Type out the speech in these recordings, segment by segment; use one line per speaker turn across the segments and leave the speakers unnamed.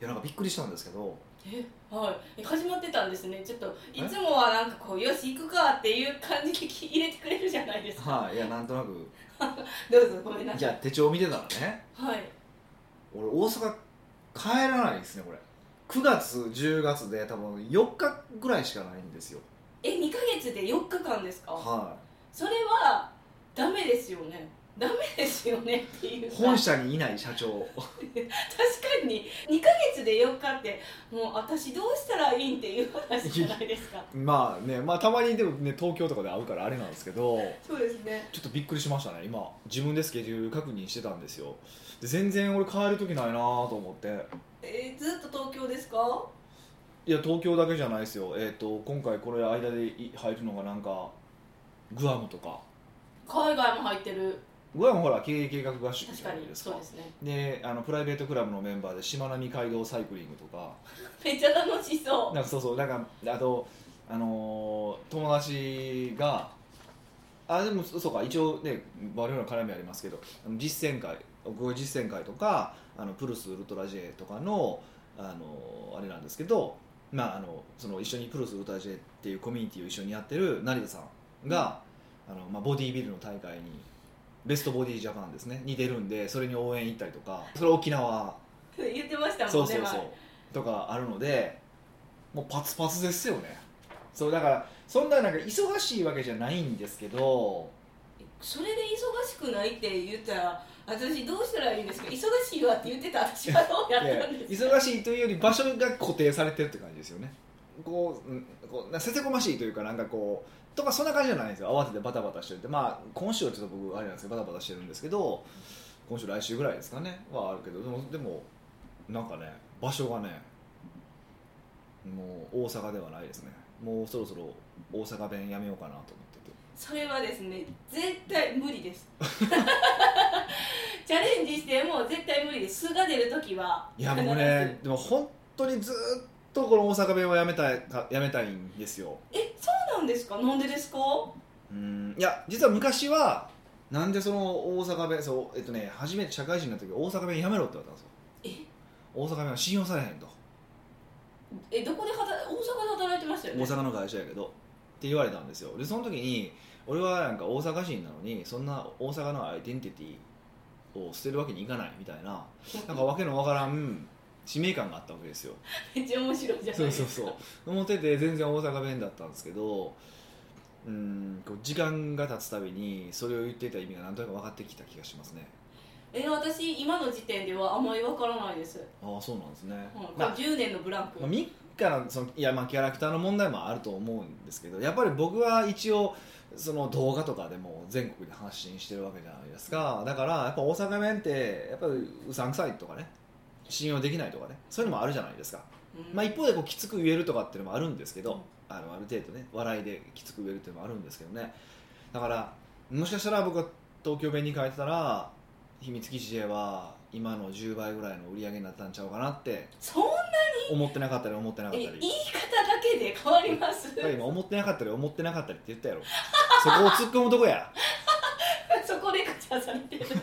でなんかびっくりしたんですけど
えはいえ始まってたんですねちょっといつもはなんかこうよし行くかっていう感じで聞き入れてくれるじゃないですか
はいいやなんとなく
どうぞごめんないさい
や手帳見てたらね
はい
俺大阪帰らないですねこれ9月10月で多分4日ぐらいしかないんですよ
え二ヶ月で四日間ですか
は
それはダメですよねダメですよねっていう
い
か
本社にいない社長
確かに2ヶ月で4日ってもう私どうしたらいいんっていう話じゃないですか
まあねまあたまにでもね東京とかで会うからあれなんですけど
そうですね
ちょっとびっくりしましたね今自分でスケジュール確認してたんですよで全然俺帰る時ないなと思って
えーずっと東京ですか
いや東京だけじゃないですよえっ、と今回これ間でい入るのがなんかグアムとか
海外も入ってる
グアムほら経営計画合宿
確
じゃ
か
ない
に
です
そ
か
うですね
であのプライベートクラブのメンバーでしまなみ海道サイクリングとか
めっちゃ楽しそう
なんかそうそうなんかあと、あのー友達があでもそそうか一応ね我々の絡みありますけどあの実践会奥越実践会とかあのプルスウルトラ J とかの、あのーあれなんですけど、まあ、あのその一緒にプルスウルトラ J っていうコミュニティを一緒にやってる成田さんが、あのまあ、ボディービルの大会にベストボディジャパンですねに出るんでそれに応援行ったりとかそれ沖縄
言ってました
そ
も
うん
ね
そうそうとかあるのでもうパツパツですよねそうだからそんななんか忙しいわけじゃないんですけど
前それで忙しくないって言ったら私どうしたらいいんですか忙しいわって言ってた私はどうや
いや
ったんですか
忙しいというより場所が固定されてるって感じですよねこううんこうなせせこましいというかなんかこうとかそんな感じじゃないんですよ慌ててバタバタしてるってまあ今週はちょっと僕あれなんですけどバタバタしてるんですけど今週来週ぐらいですかねはあるけどでもでもなんかね場所がねもう大阪ではないですねもうそろそろ大阪弁やめようかなと思ってて
それはですね絶対無理ですチャレンジしても絶対無理です素が出るときはい
やもうねでも本当にずーっとこの大阪弁をやめたいかやめたいんですよ
えそうなんですかなんでですか
うんいや実は昔はなんでその大阪弁そうえっとね初めて社会人の時大阪弁やめろって言われたんですよ
え
大阪弁は信用されへんと
えどこで働大阪で働いてましたよね
大阪の会社やけどって言われたんですよでその時に俺はなんか大阪人なのにそんな大阪のアイデンティティを捨てるわけにいかないみたいななんかわけのわからん使命感があったわけですよ
めっちゃ面白いじゃない
そう
です
そ
か
うそう思ってて全然大阪弁だったんですけどうんこう時間が経つたびにそれを言ってた意味がなんとなく分かってきた気がしますね
え私今の時点ではあまりわからないです、
ああそうなんですね、
うん、これ
まあ、
10年のブランク、
まあ、ミッカのそのいやまあキャラクターの問題もあると思うんですけどやっぱり僕は一応その動画とかでも全国で発信してるわけじゃないですかだからやっぱ大阪弁ってやっぱりうさんくさいとかね信用できないとかねそういうのもあるじゃないですか
うん
まあ、一方でこうきつく言えるとかっていうのもあるんですけど、あのある程度ね笑いできつく言えるっていうのもあるんですけどねだからもしかしたら僕が東京弁に変えてたら秘密基地 J は今の10倍ぐらいの売り上げになったんちゃうかなって
そんな
思ってなかったり思ってなかっ
え
た
言い
り
方だけで変わります
やっぱり今思ってなかったり思ってなかったりって言ったやろそこを突っ込むとこや
そこレクチャーされ てるでも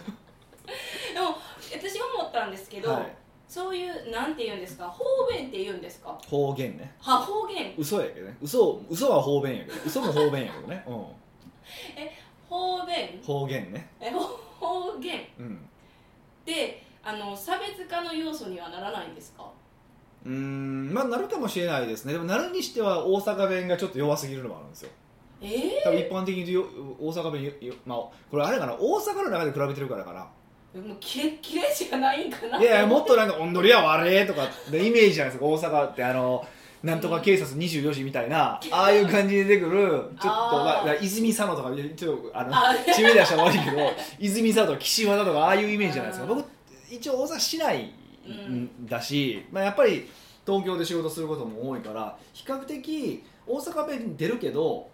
私思ったんですけど、
はい
そういうなんて言うんですか方言って言うんですか
方言ね
は方言
嘘やけどね嘘嘘は方言やけど嘘も方言やけどね、う
方言
ん、方言ね
え方言っ
うん
てあの差別化の要素にはならないんですか
うーんまあなるかもしれないですねでもなるにしては大阪弁がちょっと弱すぎるのもあるんですよ
えー
多分一般的に言うとよ大阪弁よよまあこれあれかな大阪の中で比べてるからかな
もうキレッキレしかないんかない
やいやもっとなんか「おんどりや悪え」とかでイメージじゃないですか大阪ってあのなんとか警察24時みたいなああいう感じで出てくるちょっと
あー
まあ、泉佐野とかいやちょっとあの
あ
地名出したら悪いけど泉佐野とか岸和田とかああいうイメージじゃないですか
あー
僕一応大阪市内
うん
だし、まあ、やっぱり東京で仕事することも多いから比較的大阪弁に出るけど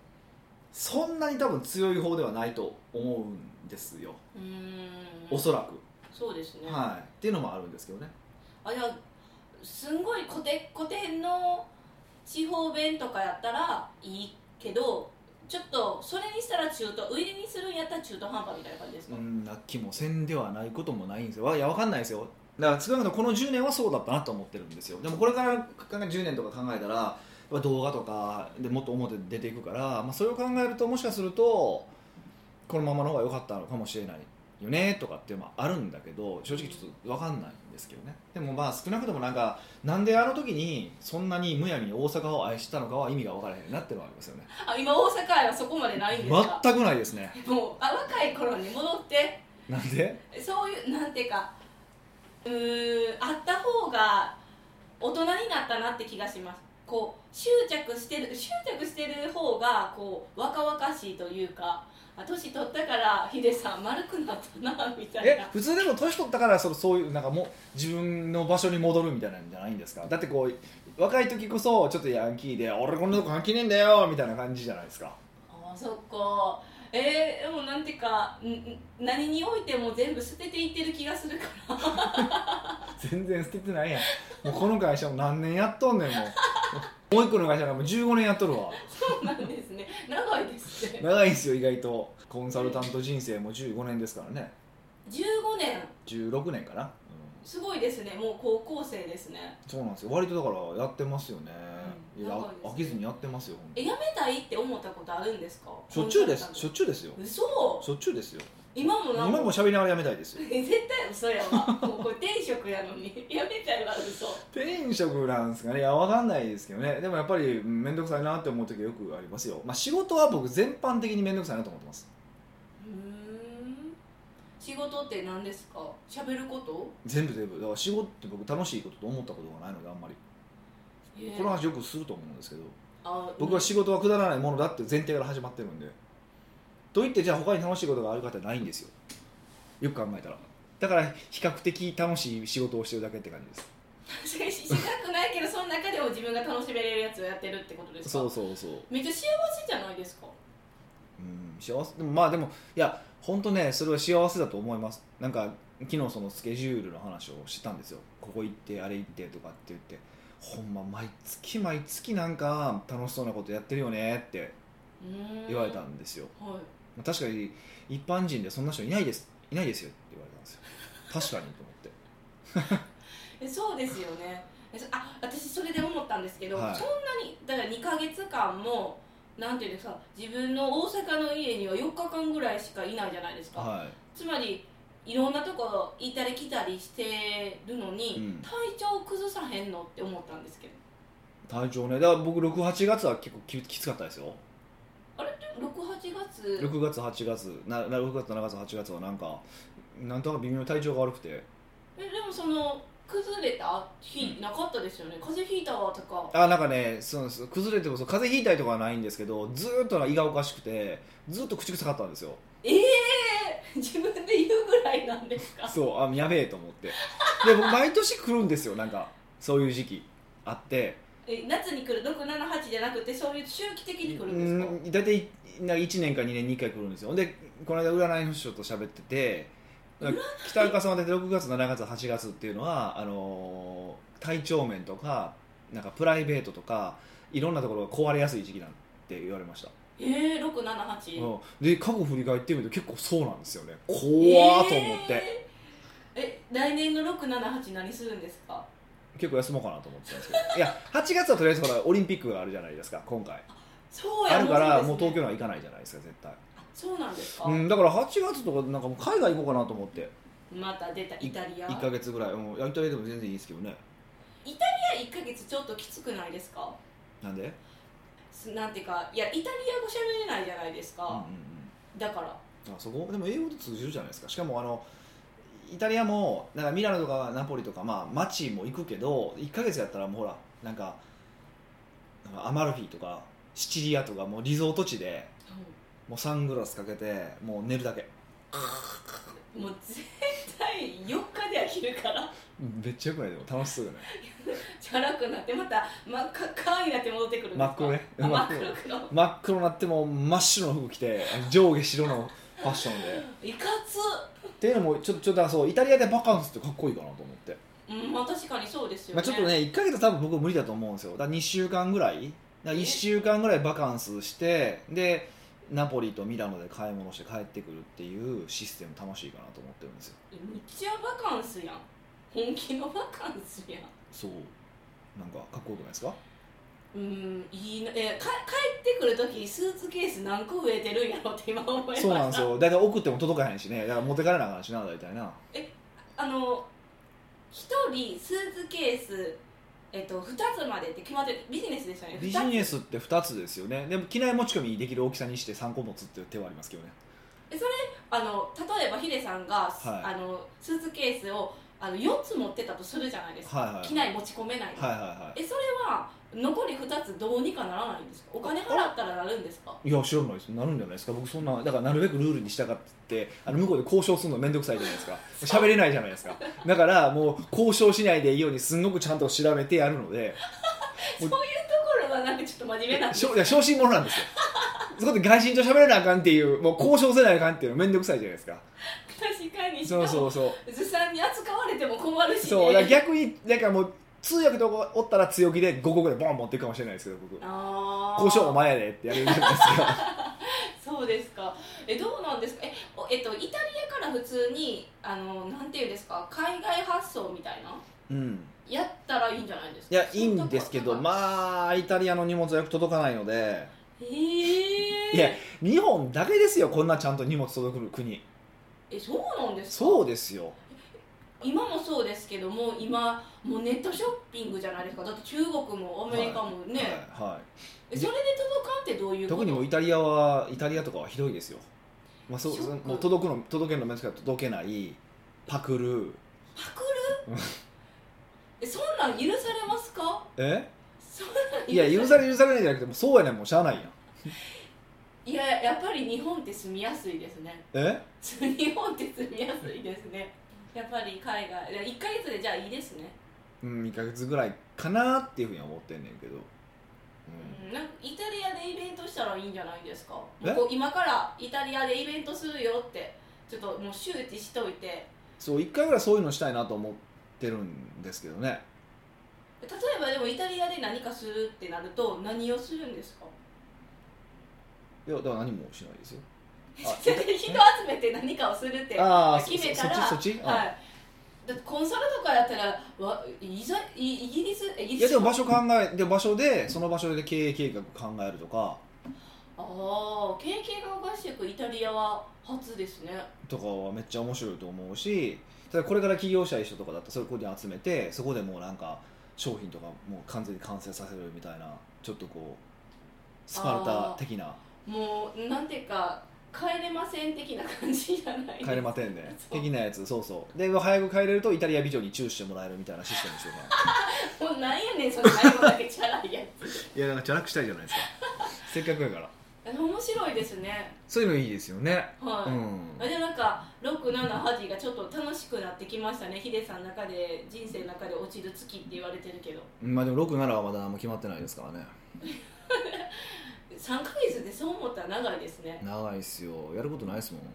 そんなに多分強い方ではないと思うんですよ
うーん
おそらく、
そうですね、
はい、っていうのもあるんですけどね
あじゃあすんごいコテコテの地方弁とかやったらいいけどちょっとそれにしたら中途売りにするんやったら中途半端みたいな感じです
う
か、
んな気もせんではないこともないんですよわいやわかんないですよだから少なくともこの10年はそうだったなと思ってるんですよでもこれから10年とか考えたらやっぱ動画とかでもっと表に出ていくから、まあ、それを考えるともしかするとこのままの方が良かったのかもしれないよねとかっていうのはあるんだけど正直ちょっと分かんないんですけどねでもまあ少なくともなんかなんであの時にそんなにむやみに大阪を愛したのかは意味が分からへんなっていうのはありますよね
あ今大阪へはそこまでないんですか
全くないですね
もうあ若い頃に戻って
なんで
そういうなんていうかうーあった方が大人になったなって気がしますこう執着してる執着してる方がこう若々しいというかあ年取ったからヒデさん丸くなったなみたい
え
な
普通でも年取ったからそのそういうなんかもう自分の場所に戻るみたいなんじゃないんですかだってこう若い時こそちょっとヤンキーで「俺こんなとこ関係ねえんだよ」みたいな感じじゃないですか
あーそっかえー、でもなんていうかんん何においても全部捨てていってる気がするから
全然捨ててないやんもうこの会社も何年やっとんねんもう もう一個の会社がもう15年やっとるわ
そうなんですね長いで すね
長いんですよ意外とコンサルタント人生も15年ですからね
15年
16年かな、うん
すごいですねもう高校生ですね
そうなんですよ割とだからやってますよね、
うん
いや
長いですね
飽きずにやってますよほんと
えやめたいって思ったことあるんですか
しょっちゅうです
コン
し
サ
ょ
ル
っちゅうですよ
タント嘘
しょっちゅうですよ
今もな
今
んか
も喋りながらやめたいですよ
絶対嘘やわもうこれ転職やのにやめたいは嘘
転職なんですかねいやわかんないですけどねでもやっぱりうん面倒くさいなって思う時よくありますよ、まあ、仕事は僕全般的に面倒くさいなと思ってます
うーん仕事って何ですか喋ること
全部全部だから仕事って僕楽しいことと思ったことがないのであんまり
えー
この話よくすると思うんですけど
あ
僕は仕事はくだらないものだって前提から始まってるんでといってじゃあ他に楽しいことがあるかってないんですよよく考えたらだから比較的楽しい仕事をしてるだけって感じです
確かにしたくないけどその中でも自分が楽しめれるやつをやってるってことですか
そうそうそう
めっちゃ幸せじゃないですか
うん幸せでもまあでもいや本当ねそれは幸せだと思いますなんか昨日そのスケジュールの話をしたんですよここ行ってあれ行ってとかって言ってほんま毎月毎月なんか楽しそうなことやってるよねって
うーん
言われたんですよ、
はい
まあ確かに一般人でそんな人いないですいないですよって言われたんですよ確かにと思って
えそうですよねえそあ私それで思ったんですけど、
はい
そんなにだから2か月間もなんていうんですか自分の大阪の家には4日間ぐらいしかいないじゃないですか、
は
つまりいろんなとこ行ったり来たりしてるのに、
うん
体調崩さへんのって思ったんですけど
い体調ねだから僕68月は結構ききつかったですよ
あれって68月
6月8月なな6月7月8月はなんかなんとなく微妙に体調が悪くて
えでもその崩れた日なかったですよね、風邪ひいたわとか
あなんかねそうです崩れてもそう風邪ひいたりとかはないんですけどずーっと胃がおかしくてずーっと口臭かったんですよ
ええー、自分で言うぐらいなんですか
そうあやべえと思ってで僕毎年来るんですよなんかそういう時期あって
え夏に来る678じゃなくてそういう周期的に来るんですか、
うん大体なんか1年か2年に1回来るんですよでこの間占いの師匠と喋ってて
占い
北岡さんは大体6月7月8月っていうのはあのー体調面とかなんかプライベートとかいろんなところが壊れやすい時期なんて言われました
ええー、678
うん、で過去振り返ってみると結構そうなんですよね怖ーと思って、
えーえ来年の678何するんですか
結構休もうかなと思ってたんですけどいや8月はとりあえずほらオリンピックがあるじゃないですか今回
そうや
あるからもう
そ
東
うです
京なん
ね
か行かないじゃないですか絶対、
そうなんですか、
うん、だから8月とかなんかもう海外行こうかなと思って
また出たイタリア
1か月ぐらい、うん、いやイタリアでも全然いいですけどね
1ヶ月ちょっときつくないですか
なんで、
すなんていうかいやイタリア語喋れないじゃないです
うんうん
か、だから
うん、あそこでも英語で通じるじゃないですかしかもあのイタリアもなんかミラノとかナポリとか、まあ、街も行くけど1か月やったらもうほらなんかなんかアマルフィとかシチリアとかもうリゾート地でもうサングラスかけてもう寝るだけ
もう絶対4日で飽きるから
めっちゃよくないでも楽しそうじゃない
チャラくなってまた真っ赤っかになって戻ってくるんですか
真っ黒ね
あ真っ
真っ黒
黒黒
真っ黒になっても真っ白の服着て上下白のファッションで
いか
っていうのもちょっとちょっとだからそうイタリアでバカンスってかっこいいかなと思って、
つうんまあ確かにそうですよね、
まあ、ちょっとね1か月多分僕無理だと思うんですよだから2週間ぐらいだ1週間ぐらいバカンスしてでナポリとミラノで買い物して帰ってくるっていうシステム楽しいかなと思ってるんですよ
むっちゃバカンスやん本気のバカンスやん
そうなんかかっこよくない ですか
うんいいなえか帰ってくる時スーツケース何個増えてるんやろって今思いました
そうなんですよ大体送っても届かへんしねだから持ってかれなあかんしな大体な
あの一人スーツケースえっと、2つまでって決まってるビジネスでしたね
ビジネスって2つですよねでも機内持ち込みできる大きさにして3個持つっていう手はありますけどね
あの例えばヒデさん
は
が、
い
あのスーツケースをあの4つ持ってたとするじゃないですか、
はいはい
機内持ち込めな
は
い、
いは
えそれは残り2つどうにかならないんですかお金払ったらなるんです
い
か
はいいや知らないですなるんじゃないですか僕そんなだからなるべくルールに従ってあの向こうで交渉するの面倒くさいじゃないですか喋れないじゃないですかだからもう交渉しないでいいようにすんごくちゃんと調べてやるので
ところはなんかちょっと真面目なんです
しょいや小心者なんですよそこで外人と喋れなあかんっていうもう交渉せなあかんっていうの面倒くさいじゃないですか
確かにしか
そうそ
も
うそう
ずさんに扱われても困るし、ね、
そうだから逆になんかもう通訳とかおったら強気で5個ぐらいボン持っていくかもしれないですけど僕
あー
交渉お前やでってやれるじゃないですか
そうですかえどうなんですかえおえっとイタリアから普通にあのなんていうんですか海外発送みたいな
うん
やったらいいんじゃないです
い
か
やいいんですけど
あ
まあイタリアの荷物はよく届かないので
へえ
いや日本だけですよこんなちゃんと荷物届く国
えそうなんですか
そうですよ
今もそうですけども今もうネットショッピングじゃないですかだって中国もアメリカも
は
ね、
い、は
えそれで届かんってどうい
い、
うこと
特にもうイタリアはイタリアとかはひどいですよ、まあ、そう
ショック
もう届くの届けるの面倒くさい届けないパクる
パクるえそんなん許されますか
え
そん
いや許
なん
される許されないじゃなくてもうそうやねんもうしゃあないやん
いややっぱり日本って住みやすいですね
え
日本って住みやすいですねやっぱり海外いや1か月でじゃあいいですね、
うん、2ヶ月ぐらいかなっていうふうには思ってんねんけど、う
うん、なんかイタリアでイベントしたらいいんじゃないですか
え
こう今からイタリアでイベントするよってちょっともう周知しといて
ん、そう1回ぐらいそういうのしたいなと思ってるんですけどね
例えばでもイタリアで何かするってなると何をするんですか
いやだから何もしないですよ あ
人集めて何かをするって
ああそ
決めたら
そそっちそっち、あ
はいだってコンサルとかやったらわいざイイギリスイギリス
いやでも場所考えで場所でその場所で経営計画考えるとか
ああ経験が合宿イタリアは初ですね
とかはめっちゃ面白いと思うしただこれから起業したい人とかだったらそこに集めてそこでもうなんか商品とかもう完全に完成させるみたいなちょっとこうスパルタ的な
もうなんていうか帰れません的な感じじゃない
帰れませんね
そう
的なやつそうそうで早く帰れるとイタリア美女にチューしてもらえるみたいなシステムにしようかな
もうなんやねんその最後だけチャラいや
いやなんかチャラくしたいじゃないですか せっかくやから
つ 面白いですね
そういうのいいですよね
はい、あでもなんか678がちょっと楽しくなってきましたねヒデさんの中で人生の中で落ちる月って言われてるけど
うんまあでも67はまだあんま決まってないですからね
3ヶ月でそう思ったら長いですね
長いっすよやることないですもん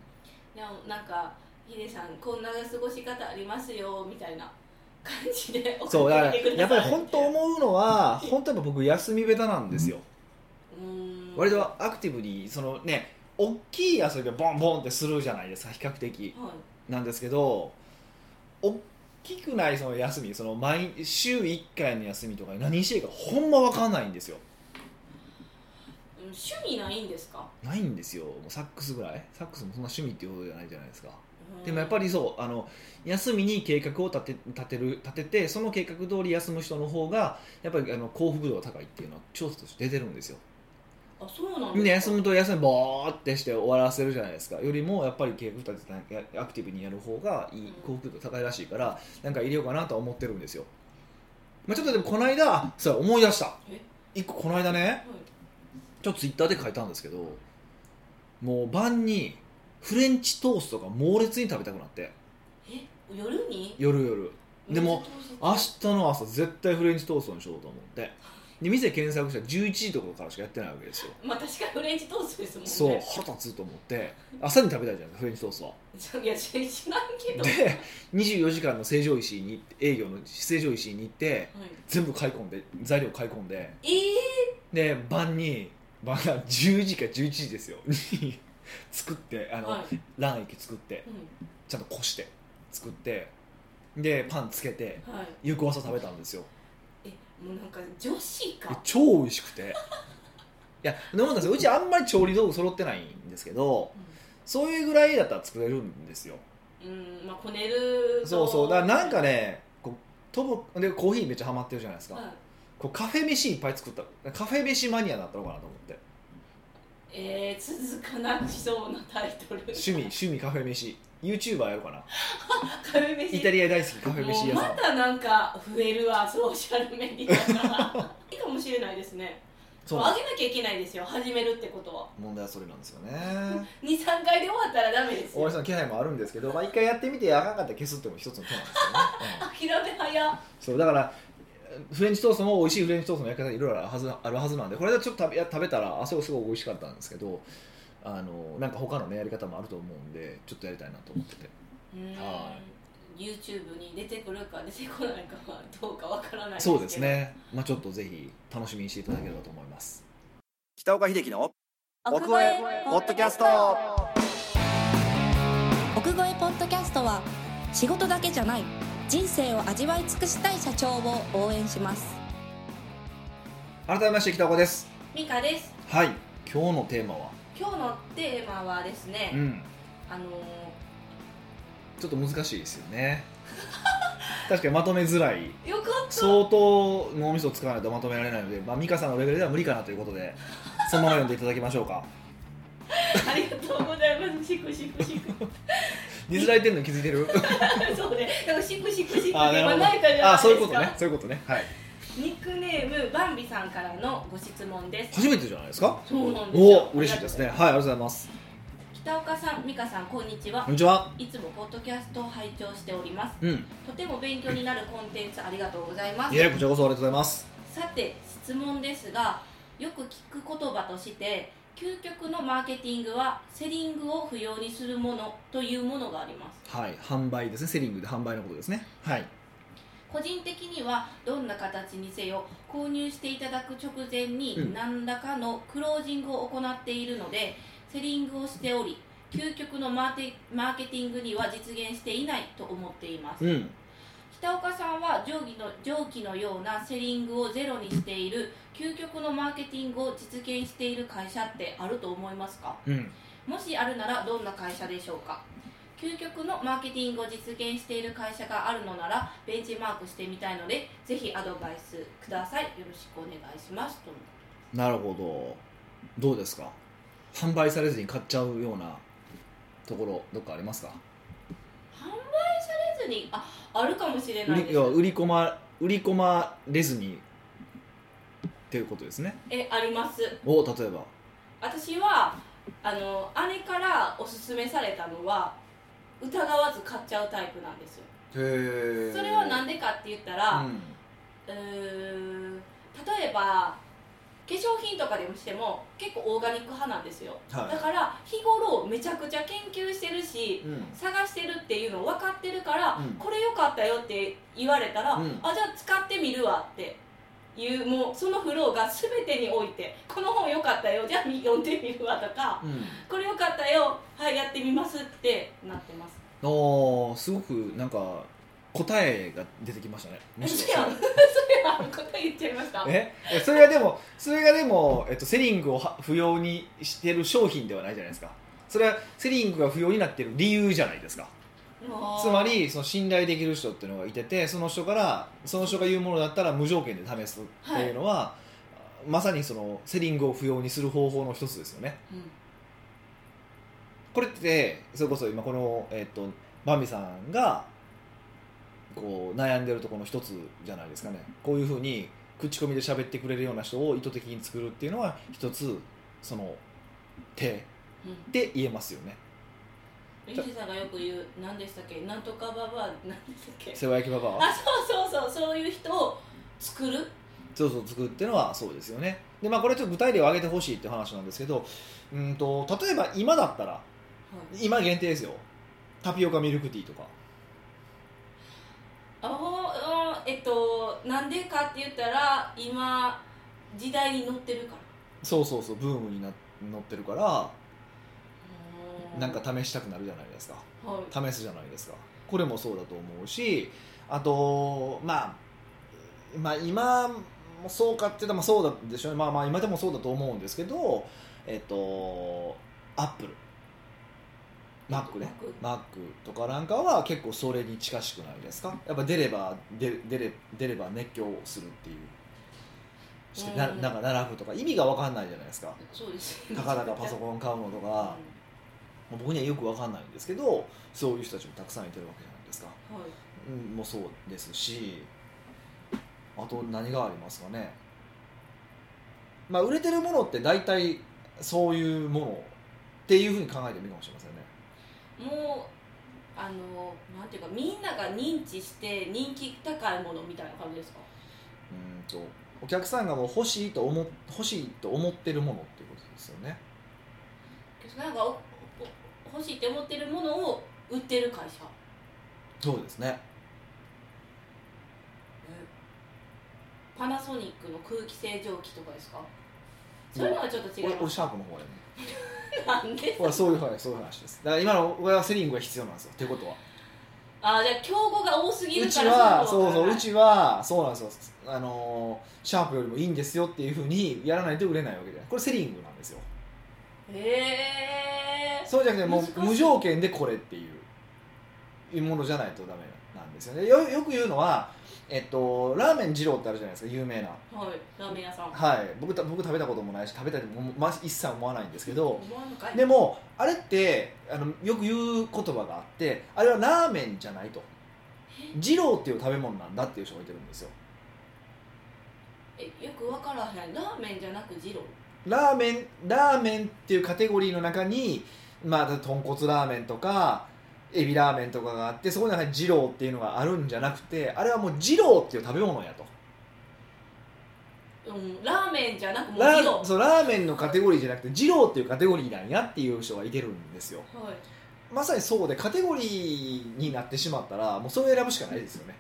でもなんかヒデさんこんな過ごし方ありますよみたいな感じで
そうだか
送っ
ら
てきてく
やっぱ
さ
り
い
本当思うのは本当やっぱ僕休み下手なんですよ、
うーん
割と
は
アクティブにそのね大きい遊びはボンボンってするじゃないですか比較的
い
なんですけど大きくないその休みその毎週1回の休みとか何していいかほんま分かんないんですよ
うん趣味ないんですか
ないんですよもうサックスぐらいサックスもそんな趣味っていうほどじゃないじゃないですかでもやっぱ
り
りそうあの休みに計画を立て立てる立ててその計画通り休む人の方がやっぱりあの幸福度が高いっていうのは調査として出てるんですよ
あそうなん
みんな
で
休
すか
むと休みボーってして終わらせるじゃないですかよりもやっぱり計画立ててアクティブにやる方がいい幸福度高いらしいからなんか入れようかなとは思ってるんですよ、まあ、ちょっとでもこの間あそう思い出した
え
一個この間ね
はい
ちょっとツイッターで書いたんですけどもう晩にフレンチトーストが猛烈に食べたくなって
え夜に
夜夜でも明
あ
日の朝絶対フレンチトーストにしようと思ってで店検索したら11時とかからしかやってないわけですよ
まあ確かにフレンチトーストです
そ
もん
う
ね
腹立つと思って朝に食べたいじゃないですかフレンチトーストは
そういや知らんけどはい
で24時間の成城石井に営業の成城石井に行って全部買い込んで材料買い込んで
えー
で晩に晩が10時か11時ですよに作ってあの、
はい
卵液作って
う
ちゃんとこして作ってでパンつけて
はい
有効朝食べたんですよ
えもうなんか女子か
超美味しくていやでもなんですようちあんまり調理道具揃ってないんですけどそういうぐらいだったら作れるんですよ
うんまあこねると
そうそうだからなんかねこうとぼでコーヒーめっちゃハマってるじゃないですか、
はい
こうカフェ飯いっぱい作ったカフェ飯マニアだったのかなと思って
えー、続かなきそうなタイトル
趣味趣味カフェ飯 YouTuber やろうかな
カフェ飯
イタリア大好きカフェ
も
飯
う
屋さ
ま
ん
たなんか増えるわソーシャルメディ アがいいかもしれないですね
そ
上
う
げ
なん
な
です
きゃいけないですよ始めるってことは
問題はそれなんですよね
23回で終わったらダメです
大橋
よ
さんの気配もあるんですけど、まあ、一回やってみてあかんかったら消すっても一つの手なんですよね、うん
諦め早
そうだからフレンチトーストも美味しいフレンチトーストの焼き方いろいろあるはずあるはずなんでこれでちょっと食べや食べたらあそこすごい美味しかったんですけどあのなんか他のねやり方もあると思うんでちょっとやりたいなと思ってて
うーん
は
YouTube に出てくるか出てこないかはどうかわからない
そうです
けど
ねまあちょっとぜひ楽しみにしていただければと思います北岡秀樹の
奥越えポッドキャスト
奥越えポッドキャストは仕事だけじゃない人生を味わい尽くしたい社長を応援します
改めまして北岡です
ミカです
はい今日のテーマは
今日のテーマはです
う
ね
ん
あのー
ちょっと難しいですよね 確かにまとめづらい
よかった
相当脳みそを使わないとまとめられないので、まあ、美香さんのレベルでは無理かなということでそのまま読んでいただきましょうか
ありがとうございますシクシクシク
ディスられてるの気づいてる
そうねでもシクシクシク
あー
ではないかじゃないですか
あそういうことねそういうことねはい
ニックネームバンビさんからのご質問です
初めてじゃないですか
そうなんですよ
おお嬉しいですねはいありがとうございます
北岡さん美香さんこんにちは
こんにちはい
つもポッドキャストを拝聴しております
うん
とても勉強になるコンテンツありがとうございま
い
す
えこちらこそありがとうございます
さて質問ですがよく聞く言葉として究極のマーケティングはセリングを不要にするものというものがあります
はい販売ですねセリングで販売のことですねはい
個人的にはどんな形にせよ購入していただく直前
う
に
ん
何らかのクロージングを行っているので、セリングをしており究極のマーテマーケティングには実現していないと思っています、
うん
北岡さんは定規の定規のようなセリングをゼロにしている究極のマーケティングを実現している会社ってあると思いますか
うん
もしあるならどんな会社でしょうか究極のマーケティングを実現している会社があるのならベンチマークしてみたいのでぜひアドバイスくださいよろしくお願いしますと
なるほどどうですか販売されずに買っちゃうようなところどっかありますか
販売されずにああるかもしれ
売
ない
り
で
いや
す
売り込ま売り込まれずにっていうことですね
えあります
を例えば
私はあの姉からおすすめされたのは疑わず買っちゃうタイプなんですよ
へ
それは
ん
何でかって言ったら、うーん例えば化粧品とかでもしても結構オーガニック派なんですよ
は
だから日頃めちゃくちゃ研究してるし
い、うん、
探してるっていうの分かってるから、
うん
これ良かったよって言われたら、
うん
あじゃあ使ってみるわっていうもうそのフローが全てにおいてこの本良かったよじゃあ読んでみるわとか
うん、
これ良かったよはいやってみますってなってます
おーすごくなんか答えが出てきましたねむし
嘘
ろ
やんそれは答え言っちゃいました
ええそれがでもそれがでも、えっと、セリングをは不要にしてる商品ではないじゃないですかそれはセリングが不要になってる理由じゃないですか
もう
つまりその信頼できる人っていうのがいててその人からその人が言うものだったら無条件で試すっていうのは、まさにそのセリングを不要にする方法の一つですよね
うん
これってそれこそ今この、えっとバンビさんがこう悩んでるところの一つじゃないですかねこういうふうに口コミで喋ってくれるような人を意図的に作るっていうのは一つその手
うん
で言えますよね
リヒさんがよく言う何でしたっけなんとかババア何でしたっけ
世話焼きババア
あそうそうそうそういう人を作る
そうそう作るっていうのはそうですよねでまあこれちょっと具体例を挙げてほしいって話なんですけどうんと例えば今だったら今限定ですよタピオカミルクティーとか
あほうんえっとなんでかって言ったら今時代に乗ってるか
そうそうそうブームにな乗ってるから
ら
なんか試したくなるじゃないですか
はい
試すじゃないですかこれもそうだと思うしあと、まあ、まあ今もそうかっていうのはまあそうだでしょうね、まあ、まあ今でもそうだと思うんですけどえっとアップルマックねマックとかなんかは結構それに近しくないですかやっぱ出れば出る出れ出れば熱狂するっていうしてな
うん
なんか並ぶとか意味が分かんないじゃないですか
そうです
たかだかパソ
ン
コン買うのとか僕にはよく分かんないんですけどそういう人たちもたくさんいてるわけじゃないですか
はい
うんもうそうですしあと何がありますかねまあ売れてるものって大体そういうものっていうふうに考えてもいいかもしれませんね
もうあのなんていうかみんなが認知して人気高いものみたいな感じですか
うんとお客さんがもう欲しいと思欲しいと思ってるものっていうことですよね
なんかおお欲しいって思ってるものを売ってる会社
そうですね
パナソニックの空気清浄機とかですかそういうのはちょっと違い
俺
ま
俺
す
シャープの方やね
なんで
ほらそういう話そういう話ですだから今の俺はセリングが必要なんですよってことは
あーじゃあ競合が多すぎ
う
る
ち
から
はそうそうう
は
ちはそうなんですよあのーシャープよりもいいんですよっていうふうにやらないと売れないわけじゃないこれセリングなんですよ
へえ
そうじゃなくても
難しいう
無条件でこれっていうものじゃないとダメなんですよねよよく言うのは、えっと、ラーメン二郎ってあるじゃないですか有名な
はいラーメン屋さん
はい僕た僕食べたこともないし食べたりも、ま、一切思わないんですけど
思わんのかい
でもあれってあのよく言う言葉があってあれはラーメンじゃないと二郎っていう食べ物なんだっていう人がいてるんですよ
えよくわからへんラーメンじゃなく二郎
ラーメンラーメンっていうカテゴリーの中にまあ豚骨ラーメンとかエビラーメンとかがあってそこの中に二郎っていうのがあるんじゃなくてあれはもう二郎っていう食べ物やと
うんラーメンじゃなくもう
ラ
二郎
ーそうラーメンのカテゴリーじゃなくて二郎っていうカテゴリーなんやっていう人がいてるんですよ
はい
まさにそうでカテゴリーになってしまったらもうそれを選ぶしかないですよね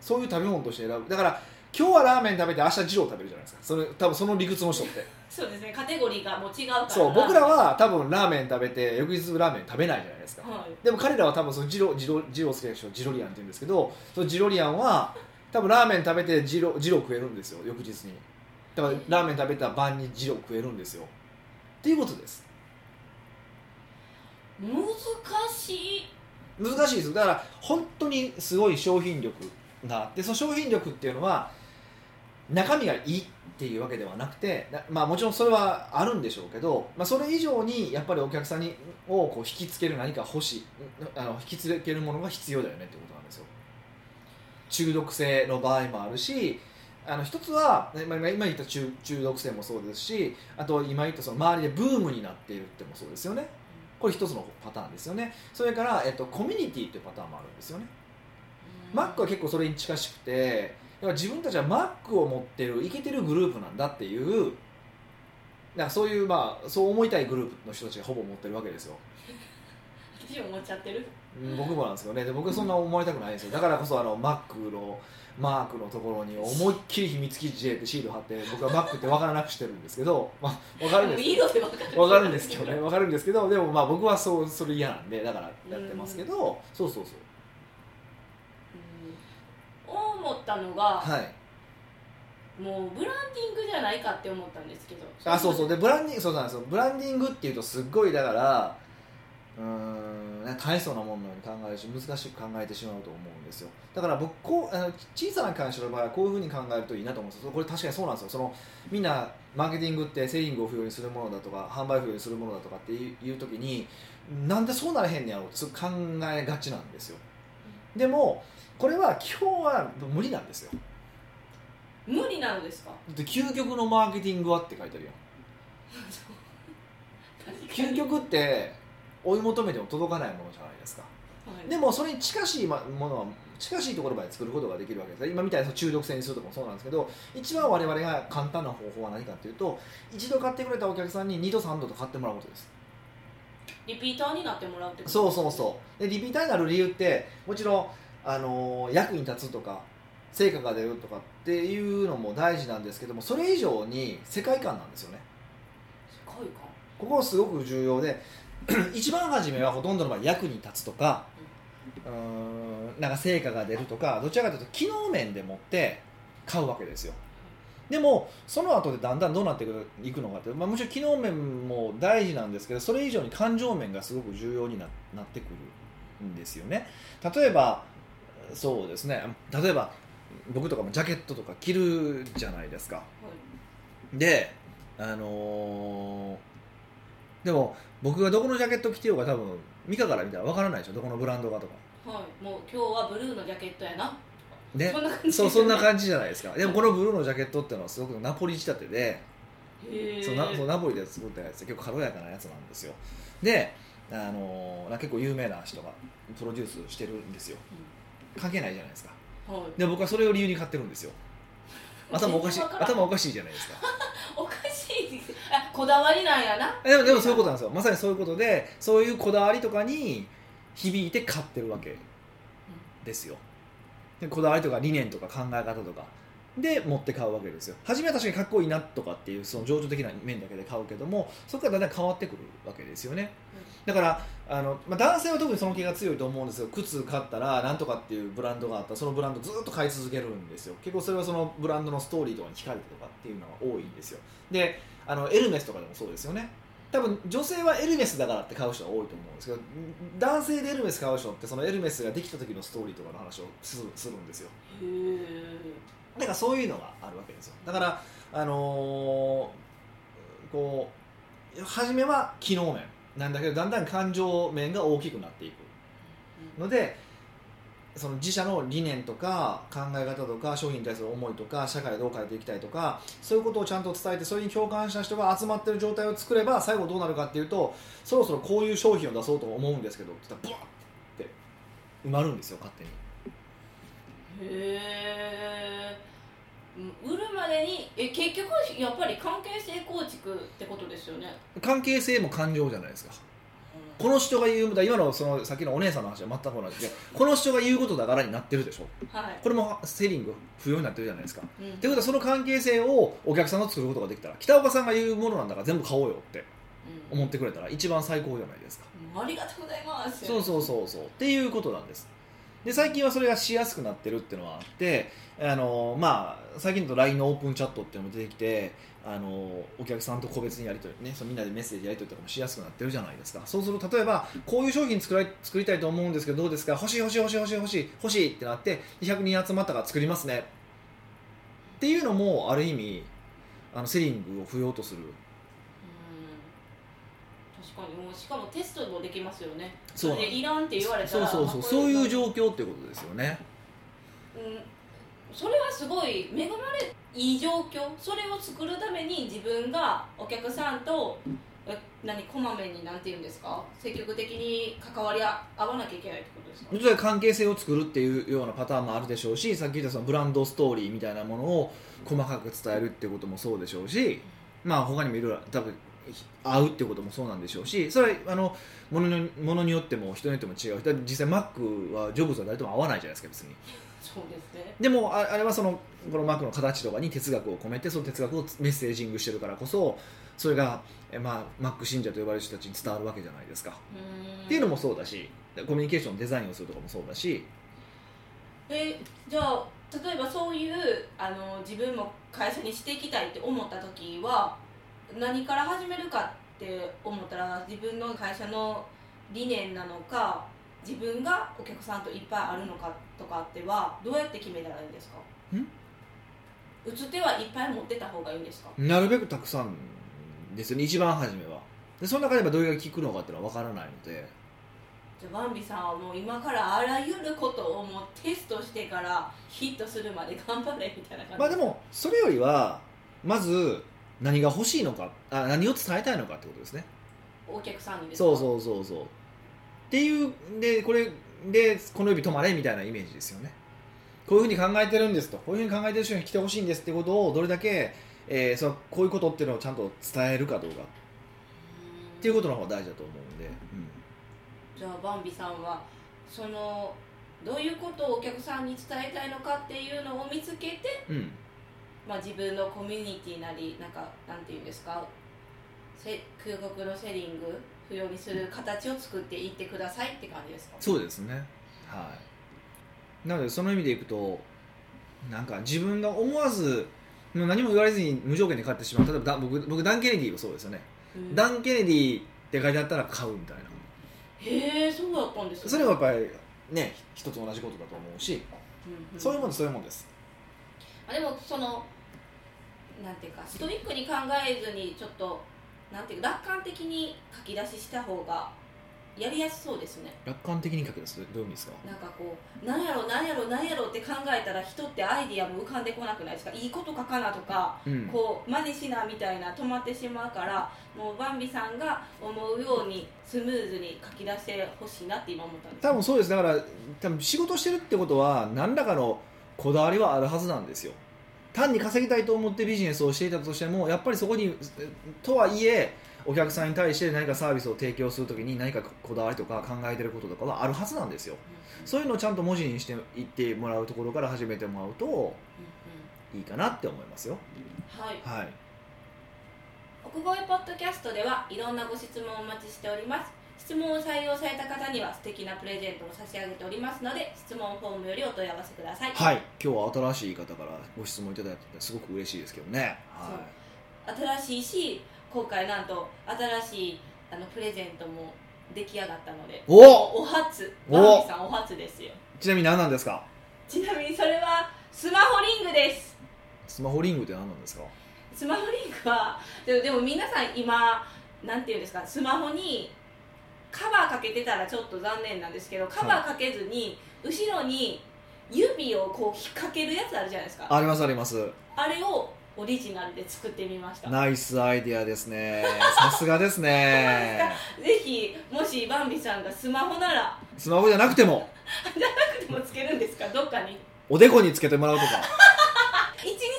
そういう食べ物として選ぶだから今日はラーメン食べて明日二郎食べるじゃないですかそれ多分その理屈の人 って
そうですねカテゴリーがもう違うから
そう僕らは多分ラーメン食べて翌日ラーメン食べないじゃないですか
はい
でも彼らは多分そのジロジロジロ好きな人ジロリアンって言うんですけどそのジロリアンは多分ラーメン食べてジロジロ食えるんですよ翌日にだからラーメン食べた晩にジロ食えるんですよっていうことです
難しい
難しいですよだから本当にすごい商品力があってその商品力っていうのは中身がいいっていうわけではなくてなまあもちろんそれはあるんでしょうけど、まあ、それ以上にやっぱりお客さんにをこう引きつける何か欲しいあの引きつけるものが必要だよねってことなんですよ中毒性の場合もあるしあの一つはまあ今今言った中中毒性もそうですしあと今言ったその周りでブームになっているってもそうですよねこれ一つのパターンですよねそれから、えっと、コミュニティっていうパターンもあるんですよねマックは結構それに近しくてだから自分たちはマックを持ってるイケてるグループなんだっていうなんかそういうまあそう思いたいグループの人たちがほぼ持ってるわけですよ
私も持っちゃってる
うん僕もなんですけどねで僕はそんな思われたくないんですよだからこそあのマックのマークのところに思いっきり秘密基地 J ってシール貼って僕はマックって分からなくしてるんですけど、 まあ、分かるんですけど
いいのでわかる
わかるんですけどねわかるんですけどでもまあ僕はそうそれ嫌なんでだからやってますけど、そうそうそう
うん思ったのが、
はい
もうブランディングじゃないかって思ったんですけど
あそうそうでブランディングそうなんですよブランディングっていうとすっごいだからうーんなんか大層なもののように考えるし難しく考えてしまうと思うんですよだから僕こうあの小さな会社の場合はこういうふうに考えるといいなと思うんですよこれ確かにそうなんですよそのみんなマーケティングってセリングを不要にするものだとか販売不要にするものだとかっていういう時になんでそうならへんねやろうってすごく考えがちなんですよでもこれは基本は無理なんですよだ
無理なのですか
って究極のマーケティングはって書いてあるやん究極って追い求めても届かないものじゃないですか
はい
でもそれに近しいまものは近しいところまで作ることができるわけです今みたいなその中毒性にするとかもそうなんですけど一番我々が簡単な方法は何かっていうと一度買ってくれたお客さんに二度三度と買ってもらうことです
リピーターになってもらうってこと
そうそうそうでリピーターになる理由ってもちろん、あのー役に立つとか成果が出るとかっていうのも大事なんですけどもそれ以上に世界観なんですよね
世界観
ここすごく重要で一番初めはほとんどの場合役に立つとか、うーんなんか成果が出るとかどちらかというと機能面でもって買うわけですよでもその後でだんだんどうなっていくのかって、まあ、もちろん機能面も大事なんですけどそれ以上に感情面がすごく重要にななってくるんですよね例えばそうですね例えば僕とかもジャケットとか着るじゃないですかであのーでも僕がどこのジャケット着てようが多分ミカから見たらわからないでしょどこのブランドがとか
はい、はい、もう今日はブルーのジャケットやな
ね
そんな感じ
そうそんな感じじゃないですかでもこのブルーのジャケットっていうのはすごくナポリ仕立てで
じへえ
そうなそうナポリで作ったやつで結構軽やかなやつなんですよで、あのーな結構有名な人がプロデュースしてるんですよ関係ないじゃないですか
はい
で僕はそれを理由に買ってるんですよ頭おかしい
全然わからん
頭おかしいじゃないですか
おかしいですあこだわりなんやな
でもでもそういうことなんですよまさにそういうことでそういうこだわりとかに響いて買ってるわけですよでこだわりとか理念とか考え方とかで持って買うわけですよ初めは確かにかっこいいなとかっていうその情緒的な面だけで買うけどもそこからだんだん変わってくるわけですよねだからあの、まあ、男性は特にその気が強いと思うんですけど靴買ったらなんとかっていうブランドがあったらそのブランドずっと買い続けるんですよ結構それはそのブランドのストーリーとかに惹かれてとかっていうのが多いんですよであのエルメスとかでもそうですよね多分女性はエルメスだからって買う人が多いと思うんですけど男性でエルメス買う人ってそのエルメスができた時のストーリーとかの話をするするんですよ
へえ
だからそういうのがあるわけですよだからあのーこう初めは機能面なんだけどだんだん感情面が大きくなっていくのでその自社の理念とか考え方とか商品に対する思いとか社会をどう変えていきたいとかそういうことをちゃんと伝えてそれに共感した人が集まってる状態を作れば最後どうなるかっていうとそろそろこういう商品を出そうと思うんですけどって言ったらブワッて埋まるんですよ勝手に。
へえ売るまでにえ結局やっぱり関係性構築ってことですよね、
関係性も感情じゃないですかこの人が言うだから今のそのさっきのお姉さんの話は全く同じでこの人が言うことだからになってるでしょ
はい、
これもセリング不要になってるじゃないですかっ
うん
てことはその関係性をお客さんと作ることができたら北岡さんが言うものなんだから全部買おうよって
うん
思ってくれたら一番最高じゃないですか
ありがとうございます
そうそうそうそうっていうことなんですで最近はそれがしやすくなってるっていうのはあってあのまあ最近だと LINE のオープンチャットっていうのも出てきてあのお客さんと個別にやり取りねそのみんなでメッセージやり取りとかもしやすくなってるじゃないですかそうすると例えばこういう商品作ら作りたいと思うんですけどどうですか欲しい欲しい欲しい欲しい欲しい欲しいってなって100人集まったから作りますねっていうのもある意味あのセリングを不要とする
うん確かにもうしかもテストもできますよね
そうなん
れ
です
でいらんって言われた
そう
ら
そうそうそういう状況っていうことですよね
うんそれはすごい恵まれいい状況それを作るために自分がお客さんとえ何こまめになんて言うんですか積極的に関わりあ合わなきゃいけないってことですか
例えば関係性を作るっていうようなパターンもあるでしょうしさっき言ったそのブランドストーリーみたいなものを細かく伝えるっていうこともそうでしょうしまあ他にもいろいろ多分合うっていうこともそうなんでしょうしそれはあのものにものによっても人によっても違うだって実際マックはジョブズは誰とも合わないじゃないですか別に
そうですね
でもああれはそのこのマックの形とかに哲学を込めてその哲学をメッセージングしてるからこそそれが、えまあ、マック信者と呼ばれる人たちに伝わるわけじゃないですか
うん
っていうのもそうだしコミュニケーションのデザインをするとかもそうだし
えじゃあ例えばそういうあの自分も会社にしていきたいって思った時は何から始めるかって思ったら自分の会社の理念なのか自分がお客さんといっぱいあるのかとかってはどうやって決めたらいいんですか打つ手はいっぱい持ってた方がいいんですか
なるべくたくさんですよね一番初めはでその中でやっぱどれが効くのかっていうのは分からないので
じゃあバンビさんはもう今からあらゆることをもうテストしてからヒットするまで頑張れみたいな感じ
まあでもそれよりはまず何が欲しいのかあ何を伝えたいのかってことですね
お客さんにですか
そうそうそうそうっていうでこれでこの指止まれみたいなイメージですよねこういうふうに考えてるんですとこういうふうに考えてる人に来てほしいんですってことをどれだけ、えーそのこういうことっていうのをちゃんと伝えるかどうか
うん
っていうことの方が大事だと思うんで、うん
じゃあバンビさんはそのどういうことをお客さんに伝えたいのかっていうのを見つけて、
うん、
まあ、自分のコミュニティなりなんかなんていうんですかせ空国のセリング不要にする形を作っていってくださいって感じですか
そうですね
う
はい、なのでその意味でいくとなんか自分が思わずもう何も言われずに無条件で買ってしまう例えばダン僕僕ダン・ケネディもそうですよね、
うん
ダン・ケネディって書いてあったら買うみたいな
へえそうだったんですね
それはやっぱりね一つ同じことだと思うし、
うんうん
そういうもんですそういうもんです
まあ、でもそのなんていうかストイックに考えずにちょっとなんていうか楽観的に書き出しした方がやりやすそうですね
楽観的に書けですどういう意味ですか
なんかこうなんやろなんやろなんやろって考えたら人ってアイディアも浮かんでこなくないですかいいこと書かなとか
うん
こう真似しなみたいな止まってしまうからもうバンビさんが思うようにスムーズに書き出してほしいなって今思ったんです
多分そうですだから多分仕事してるってことは何らかのこだわりはあるはずなんですよ単に稼ぎたいと思ってビジネスをしていたとしてもやっぱりそこにえとはいえお客さんに対して何かサービスを提供するときに何かこだわりとか考えてることとかはあるはずなんですよそういうのをちゃんと文字にしていってもらうところから始めてもらうと
うん
いいかなって思いますよ
うんうんはい
はい
奥越ポッドキャストではいろんなご質問をお待ちしております質問を採用された方には素敵なプレゼントを差し上げておりますので質問フォームよりお問い合わせください、
はい今日は新しい方からご質問いただいてすごく嬉しいですけどねは
新しいし今回なんと新しいあのプレゼントも出来上がったので
お
お初
お
バービーさんお初ですよ
いちなみに何なんですか
ちなみにそれはスマホリングです
スマホリングって何なんですか
スマホリングはでもでも皆さん今なんていうんですかスマホにカバーかけてたらちょっと残念なんですけどカバーかけずに、後ろに指をこう引っ掛けるやつあるじゃないですかあ
ありますあります
れをオリジナルで作ってみましたぜ
ナイスアイディアですね。さすがですね。
ひもしバンビさんがスマホなら
スマホじゃなくても、
でもつけるんですかどっかに
おでこにつけてもらうと
1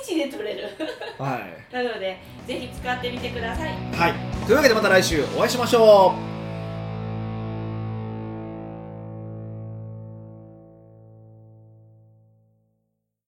日で取れる
か。はい。
なのでぜひ使ってみてください
はい。というわけでまた来週お会いしましょう。